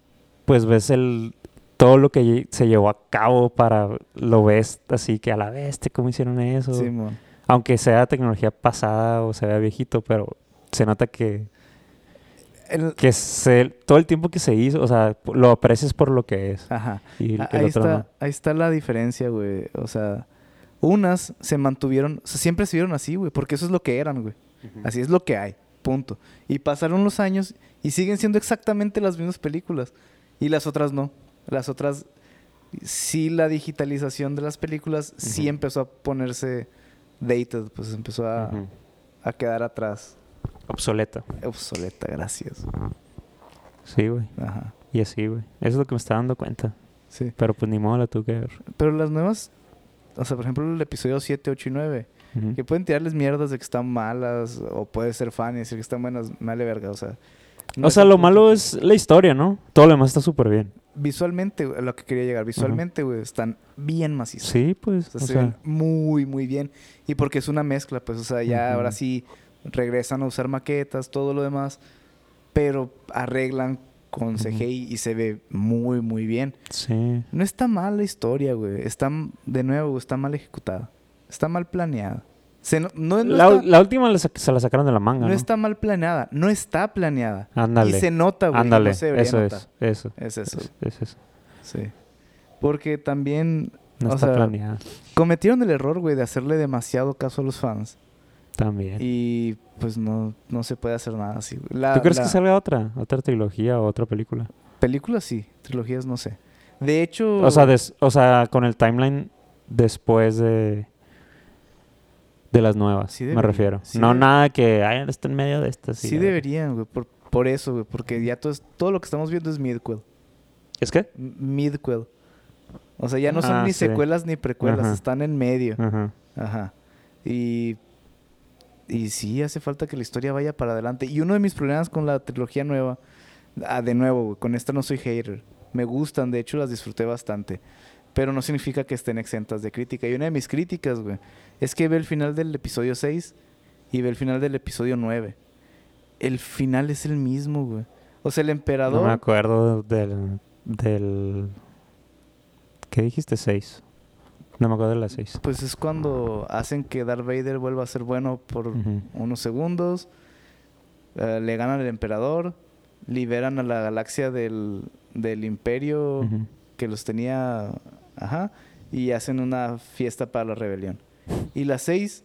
pues ves el todo lo que lle- se llevó a cabo para lo ves así que a la bestia, cómo hicieron eso.
Simón.
Aunque sea tecnología pasada o se vea viejito, pero se nota que
el-
Que se, todo el tiempo que se hizo, o sea, po- lo aprecias por lo que es.
Ajá.
Y el
Ah,
el
Ahí
otro no.
está, ahí está la diferencia, güey. O sea, unas se mantuvieron, o sea, siempre estuvieron así, güey, porque eso es lo que eran, güey. Así es lo que hay, punto. Y pasaron los años y siguen siendo exactamente las mismas películas. Y las otras no. Las otras, sí, la digitalización de las películas sí
Ujú.
empezó a ponerse dated, pues empezó a,
Ujú.
a quedar atrás.
Obsoleta.
Obsoleta, gracias.
Sí, güey.
Ajá,
Y así, güey. Eso es lo que me estaba dando cuenta.
sí.
Pero pues ni modo, la tuve que ver.
Pero las nuevas, o sea, por ejemplo, el episodio 7, 8 y 9.
Ujú.
Que pueden tirarles mierdas de que están malas, o puede ser fan y decir que están buenas, me vale verga, o sea. no
O
es
sea,
el
lo
punto.
malo es la historia, ¿no? Todo lo demás está súper bien.
Visualmente, güey, a lo que quería llegar, visualmente, güey, están bien macizos.
Sí, pues.
O sea,
o
se
sea,
ven muy, muy bien. Y porque es una mezcla, pues, o sea, ya
Ujú.
ahora sí regresan a usar maquetas, todo lo demás, pero arreglan con
Ujú.
CGI y se ve muy, muy bien.
sí.
No está mal la historia, güey. Está, de nuevo, está mal ejecutada. Está mal planeada. Se no, Pues no- no
La,
está-
la última la sa- se la sacaron de la manga,
No,
¿no?
está mal planeada, no está planeada.
Ándale.
Y se nota, güey. que
Ándale.
no se debería
eso
notar.
es. Eso.
Es eso,
Es, es eso.
sí. Porque también
No
O
está
sea,
planeada.
cometieron el error, güey, de hacerle demasiado caso a los fans.
También.
Y pues no, no se puede hacer nada así. güey. La,
¿Tú crees
la
que salga otra? ¿Otra trilogía o otra película?
Películas sí, trilogías no sé. De hecho,
O sea, des- o sea, con el timeline después de. De las nuevas,
Sí
me
debería,
refiero.
sí
no
debería.
nada que. Ay, está en medio de estas. y
sí
la verga".
deberían, güey, por, por eso, güey, porque ya todo, es- todo lo que estamos viendo es midquel.
¿Es que?
M- Midquel. O sea, ya no son
Ah,
ni
sí.
secuelas ni precuelas,
Ajá.
están en medio.
Ajá.
Ajá. Y, y sí, hace falta que la historia vaya para adelante. Y uno de mis problemas con la trilogía nueva, ah, de nuevo, güey, con esta no soy hater. Me gustan, de hecho las disfruté bastante. Pero no significa que estén exentas de crítica. Y una de mis críticas, güey, es que ve el final del episodio 6 y ve el final del episodio 9. El final es el mismo, güey. O sea, el
No me
emperador...
acuerdo del. del... ¿Qué dijiste? Seis. No me acuerdo de las seis.
pues es cuando hacen que Darth Vader vuelva a ser bueno por
Ujú.
unos segundos. eh, le ganan al emperador. Liberan a la galaxia del, del imperio
Ujú.
que los tenía. Ajá. Y hacen una fiesta para la rebelión. Y las seis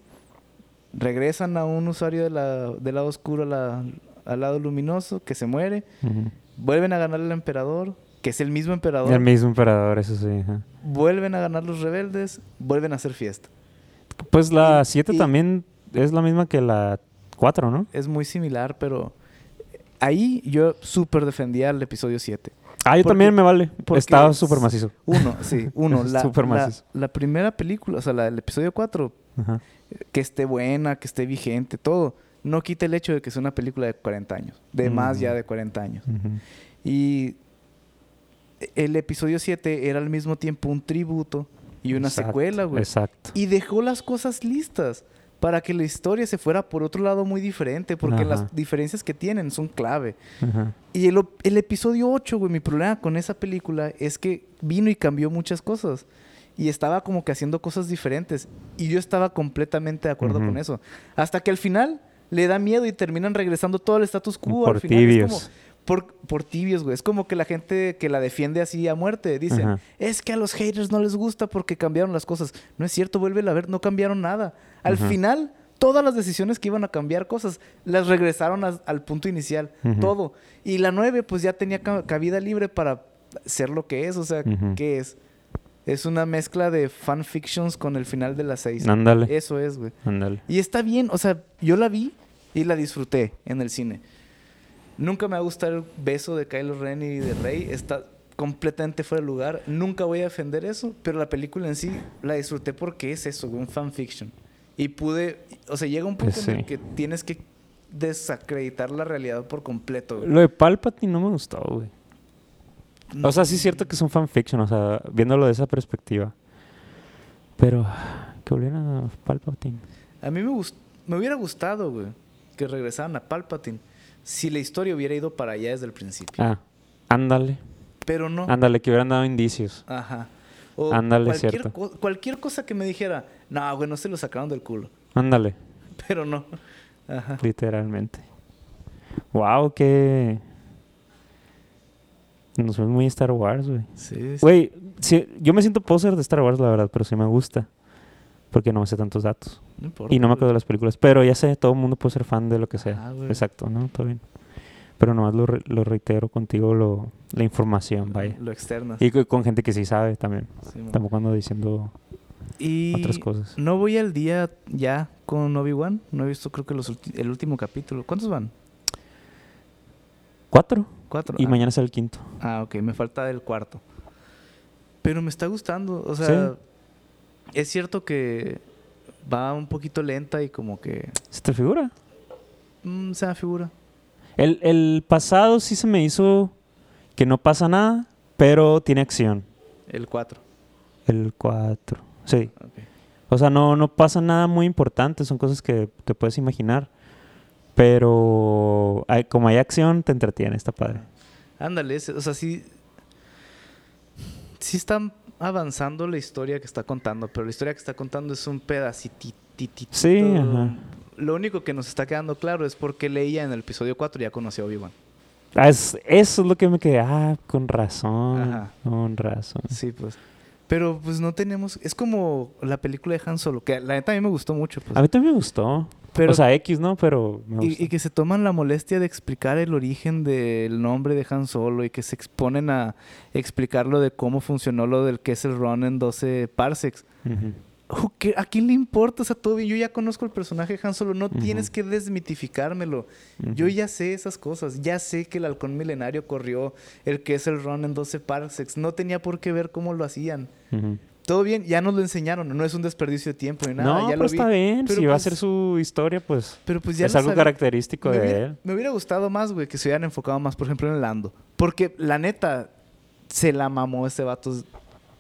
regresan a un usuario de la- del lado oscuro a la- al lado luminoso que se muere.
Ujú.
Vuelven a ganar al emperador, que es el mismo emperador.
El mismo emperador, eso sí. ajá.
Vuelven a ganar los rebeldes. Vuelven a hacer fiesta.
Pues la
Y-
7
y-
también es la misma que la 4, ¿no?
es muy similar, pero ahí yo súper defendía el episodio 7.
Ah, yo
Porque-
también me vale.
porque
Estaba
es-
súper macizo.
Uno, sí, uno. la,
Súper
la,
macizo.
la primera película, o sea, la del episodio 4,
Ajá.
que esté buena, que esté vigente, todo, no quita el hecho de que es una película de 40 años, de más
Mm.
ya de 40 años.
Ujú.
Y el episodio 7 era al mismo tiempo un tributo y una
Exacto,
secuela, güey.
Exacto.
Y dejó las cosas listas para que la historia se fuera por otro lado muy diferente, porque
Ajá.
las diferencias que tienen son clave.
Ajá.
Y el, op- el episodio 8, güey, mi problema con esa película es que vino y cambió muchas cosas. Y estaba como que haciendo cosas diferentes. Y yo estaba completamente de acuerdo
Ujú.
con eso. Hasta que al final le da miedo y terminan regresando todo el status quo.
Por
al final Es
tibios.
como, por, por tibios, güey. Es como que la gente que la defiende así a muerte dicen,
Ajá.
es que a los haters no les gusta porque cambiaron las cosas. No es cierto, vuelve a ver, no cambiaron nada. Al
Ujú.
final, todas las decisiones que iban a cambiar cosas, las regresaron a- al punto inicial.
Ujú.
Todo. Y la 9, pues ya tenía ca- cabida libre para ser lo que es. O sea,
Ujú.
¿qué es? Es una mezcla de fanfictions con el final de la 6.
Ándale.
Eso es, güey.
Ándale.
Y está bien, o sea, yo la vi y la disfruté en el cine. Nunca me va a gustar el beso de Kylo Ren y de Rey, está completamente fuera de lugar. Nunca voy a defender eso, pero la película en sí la disfruté porque es eso, güey, un fanfiction. Y pude, o sea, llega un punto
Pues
en el
sí.
que tienes que desacreditar la realidad por completo. güey.
Lo de Palpatine no me gustó, güey. O sea, sí es cierto que es un fanfiction, o sea, viéndolo de esa perspectiva. Pero que volvieran a Palpatine.
A mí me, gust- me hubiera gustado, güey, que regresaran a Palpatine si la historia hubiera ido para allá desde el principio.
Ah, ándale.
Pero no.
Ándale, que hubieran dado indicios.
Ajá. O
Ándale,
cualquier
cierto.
co- cualquier cosa que me dijera, no, güey, no se lo sacaron del culo.
Ándale,
Pero no. Ajá.
literalmente. Wow, que. Nos vemos muy Star Wars, güey.
Sí, sí.
Güey, sí, yo me siento poser de Star Wars, la verdad, pero sí me gusta. Porque no me sé tantos datos.
No importa,
Y no me
güey.
acuerdo de las películas. Pero ya sé, todo el mundo puede ser fan de lo que sea.
Ah, güey.
Exacto, ¿no? Todo bien. Pero nomás lo, re- lo reitero contigo, lo, la información, vaya.
Ah, Lo externas.
Y co- con gente que sí sabe también.
Sí, mo.
Tampoco ando diciendo
y
otras cosas.
No voy al día ya con Obi-Wan. No he visto, creo que los ulti- el último capítulo. ¿Cuántos van?
Cuatro.
Cuatro.
Y
ah.
mañana será el quinto.
Ah, ok, me falta el cuarto. Pero me está gustando, o sea,
Sí.
es cierto que va un poquito lenta y como que
¿Se te figura?
mm, se da figura.
El, el pasado sí se me hizo que no pasa nada, pero tiene acción.
El 4.
El 4. Sí. O sea, no, no pasa nada muy importante, son cosas que te puedes imaginar. Pero hay- como hay acción, te entretiene, está padre.
Ándale, ese- o sea, sí. Sí están avanzando la historia que está contando, pero la historia que está contando es un pedacitito.
Sí, ajá.
Lo único que nos está quedando claro es porque leía en el episodio 4 ya conoció a Obi-Wan.
Ah, es- eso es lo que me quedé. Ah, con razón.
Ajá.
Con razón.
Sí, pues. Pero pues no tenemos. Es como la película de Han Solo, que la neta a mí me gustó mucho. Pues.
A mí también me gustó.
Pero-
o sea, X, ¿no? Pero me
Y-
gustó.
Y, que se toman la molestia de explicar el origen del nombre de Han Solo y que se exponen a explicar lo de cómo funcionó lo del Kessel Run en 12 parsecs.
Ujú.
Who ca- ¿A quién le importa? O sea, todo bien. Yo ya conozco el personaje de Han Solo. No
Ujú.
tienes que desmitificármelo. Yo ya sé esas cosas. Ya sé que el halcón milenario corrió el Kessel Run en 12 parsecs. No tenía por qué ver cómo lo hacían.
Ujú.
Todo bien. Ya nos lo enseñaron. No es un desperdicio de tiempo ni nada.
no,
ya
pero
lo vi.
está bien.
Pero
si va a
pues-
ser su historia, pues
Pero pues ya
es
lo
algo
sabía.
característico
me
de
hubiera,
él.
me hubiera gustado más, güey, que se hubieran enfocado más, por ejemplo, en Lando. Porque la neta, se la mamó ese vato.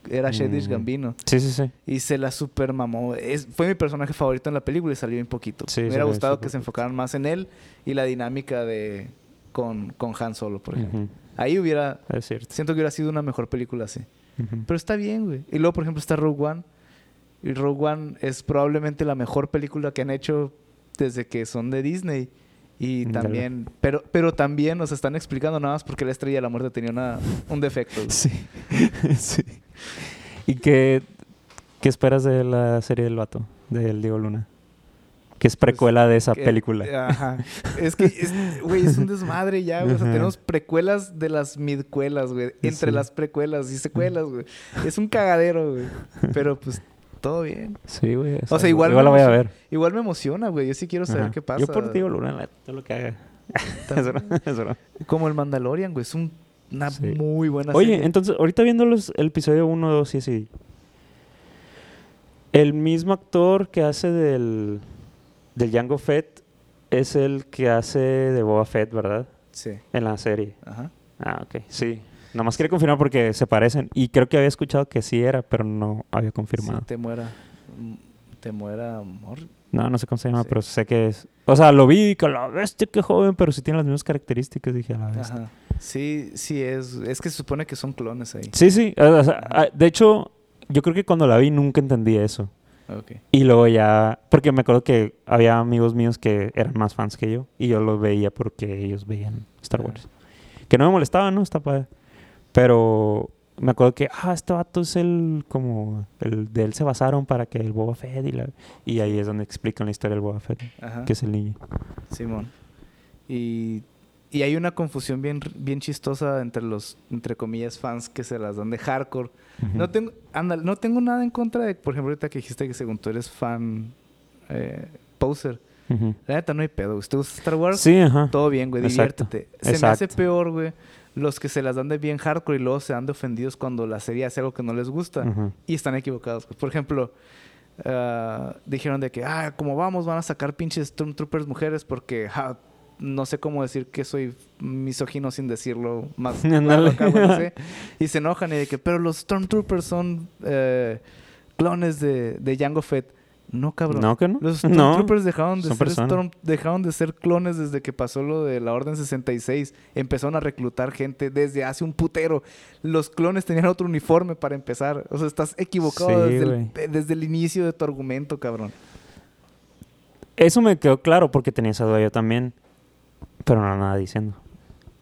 Era Shadish
Mm.
Gambino.
Sí, sí, sí.
Y se la super mamó. Es- fue mi personaje favorito en la película y salió un poquito.
Sí,
me
se
hubiera
ve
gustado
súper
que se enfocaran más en él y la dinámica de con, con Han Solo, por ejemplo.
Ujú.
Ahí hubiera.
Es cierto.
Siento que hubiera sido una mejor película así.
Ujú.
Pero está bien, güey. Y luego, por ejemplo, está Rogue One. Y Rogue One es probablemente la mejor película que han hecho desde que son de Disney. Y
Ándale.
también, pero, pero también nos están explicando nada más porque la estrella de la muerte tenía una- un defecto. güey.
Sí. sí. ¿Y qué, qué esperas de la serie del vato, del Diego Luna? Pues, Que eh, es precuela de esa
Que- eh,
película.
Ajá. Es que, es- güey, es un desmadre ya, güey. O sea,
Ajá.
tenemos precuelas de las midcuelas, güey. Entre
Sí.
las precuelas y secuelas, güey. Es un cagadero, güey. Pero pues todo bien.
Sí, güey.
O sea, igual
Igual la
me
voy a ver.
emociona- Igual me emociona, güey. Yo sí quiero saber
Ajá.
qué pasa.
Yo por Diego Luna, la- todo lo que haga. Es
También.
broma, es broma.
Como el Mandalorian, güey. Es un- una
Sí.
muy buena
Oye,
serie.
entonces, ahorita viendo los, el episodio 1, 2 y así. El mismo actor que hace del, del Django Fett es el que hace de Boba Fett, ¿verdad?
Sí.
En la serie.
Ajá.
Ah, ok. Sí. Nomás quería confirmar porque se parecen. Y creo que había escuchado que sí era, pero no había confirmado.
Sí, te muera. mm, Te muera amor.
No, no sé cómo se llama,
Sí.
pero sé que es. O sea, lo vi y que la bestia, qué joven, pero sí tiene las mismas características. Dije, a la bestia.
Ajá. Sí, sí es. Es que se supone que son clones ahí.
Sí, sí. o sea, ah, de hecho, yo creo que cuando la vi nunca entendí eso.
Ok.
Y luego ya. Porque me acuerdo que había amigos míos que eran más fans que yo. Y yo los veía porque ellos veían Star
Ajá.
Wars. Que no me molestaba, ¿no? Está padre. Pero me acuerdo que, ah, este vato es el. Como. El, de él se basaron para que el Boba Fett. Y, la- y ahí es donde explican la historia del Boba Fett.
Ajá.
Que es el niño.
Simón. Y, y hay una confusión bien, r- bien chistosa entre los, entre comillas, fans que se las dan de hardcore. No tengo, ándale, no tengo nada en contra de, por ejemplo, ahorita que dijiste que según tú eres fan eh, poser.
Ujú.
La neta no hay pedo. ¿Usted gusta Star Wars?
Sí, ajá.
Todo bien, güey,
Exacto,
diviértete. Se me hace
exacto.
peor, güey, los que se las dan de bien hardcore y luego se dan de ofendidos cuando la serie hace algo que no les gusta
Ujú.
y están equivocados. güey. Por ejemplo, ah, dijeron de que, ah, como vamos, van a sacar pinches Stormtroopers mujeres porque, ja, no sé cómo decir que soy misógino sin decirlo más. claro
Ándale.
acá, güey, no sé. Y se enojan y de que, pero los Stormtroopers son eh, clones de, de Jango Fett. No, cabrón.
No, que no.
Los
No,
Stormtroopers dejaron, de
son
ser
personas.
Storm- dejaron de ser clones desde que pasó lo de la Orden 66. Empezaron a reclutar gente desde hace un putero. Los clones tenían otro uniforme para empezar. O sea, estás equivocado
Sí,
desde,
güey.
el, eh, desde el inicio de tu argumento, cabrón.
Eso me quedó claro porque tenía esa duda yo también. Pero no nada diciendo.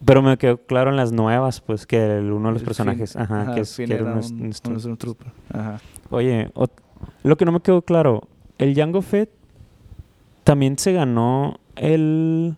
Pero me quedó claro en las nuevas, pues, que el- uno de los
El
personajes,
Finn-
ajá, que, es,
Finn
que era
era
un est- un
un
est-
Stormtrooper. Ajá.
Oye, ot- lo que no me quedó claro, el Jango Fett también se ganó el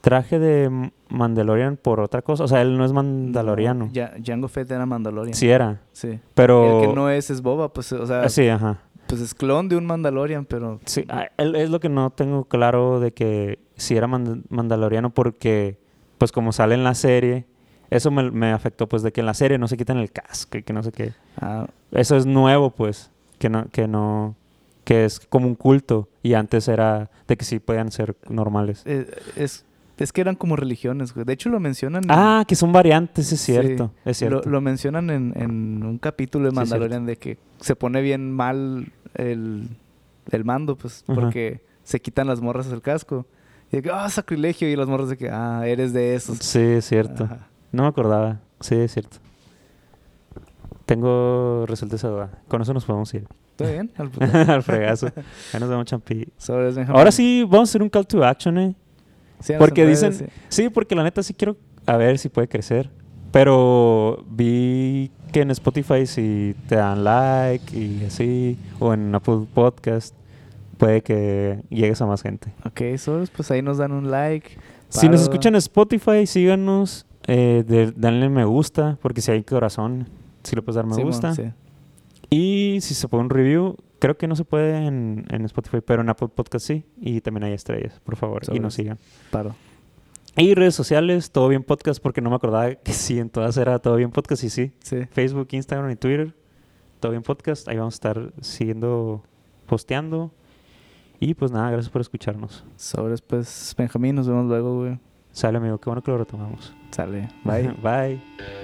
traje de Mandalorian por otra cosa. O sea, él no es mandaloriano.
Ya, Jango Fett era Mandalorian.
Sí era,
Sí.
pero...
El que no es es Boba, pues, o sea,
Ah, Sí, ajá.
pues es clon de un Mandalorian, pero
Sí, ah, el- es lo que no tengo claro de que si era mand- mandaloriano porque, pues como sale en la serie, eso me, me afectó, pues de que en la serie no se quitan el casco y que no sé qué.
ah,
Eso es nuevo, pues, que no, que no, que es como un culto y antes era de que sí podían ser normales.
eh, es, es que eran como religiones, güey. De hecho, lo mencionan. en-
Ah, que son variantes, es
Mm. Sí,
cierto, es
lo,
cierto.
lo mencionan en, en un capítulo de
Sí,
Mandalorian de que se pone bien mal el, el mando, pues,
Ajá.
porque se quitan las morras el casco. Y de que, ah, sacrilegio. Y las morras de que, ah, eres de esos.
Sí, es cierto.
Ajá.
No me acordaba, sí, es cierto. Tengo resuelta esa duda. Con eso nos podemos ir.
¿Todo bien? Al puto.
Al fregazo. Ahí nos vemos, champi.
Sobres, Benjamín.
Ahora sí, vamos a hacer un call to action, ¿eh?
Sí, en
porque
las
dicen-
redes, sí.
Sí, porque la neta sí quiero a ver si puede crecer. Pero vi que en Spotify si te dan like y así, o en Apple Podcast, puede que llegues a más gente.
Ok, sobres, pues ahí nos dan un like.
Si nos
paro.
escuchan en Spotify, síganos, eh, de- denle me gusta, porque si hay corazón, si le puedes dar me
Sí, mo,
gusta.
sí.
Y si se pone un review, creo que no se puede en, en Spotify, pero en Apple Podcast sí. Y también hay estrellas, por favor, y nos
Sobres.
sigan.
Paro.
Y redes sociales, todo bien podcast, porque no me acordaba que sí, en todas era todo bien podcast y sí.
Sí.
Facebook, Instagram y Twitter, todo bien podcast. Ahí vamos a estar siguiendo posteando. Y pues nada, gracias por escucharnos.
Sobres, pues, Benjamín, nos vemos luego, güey.
Sale amigo, qué bueno que lo retomamos.
Sale. Bye.
Bye.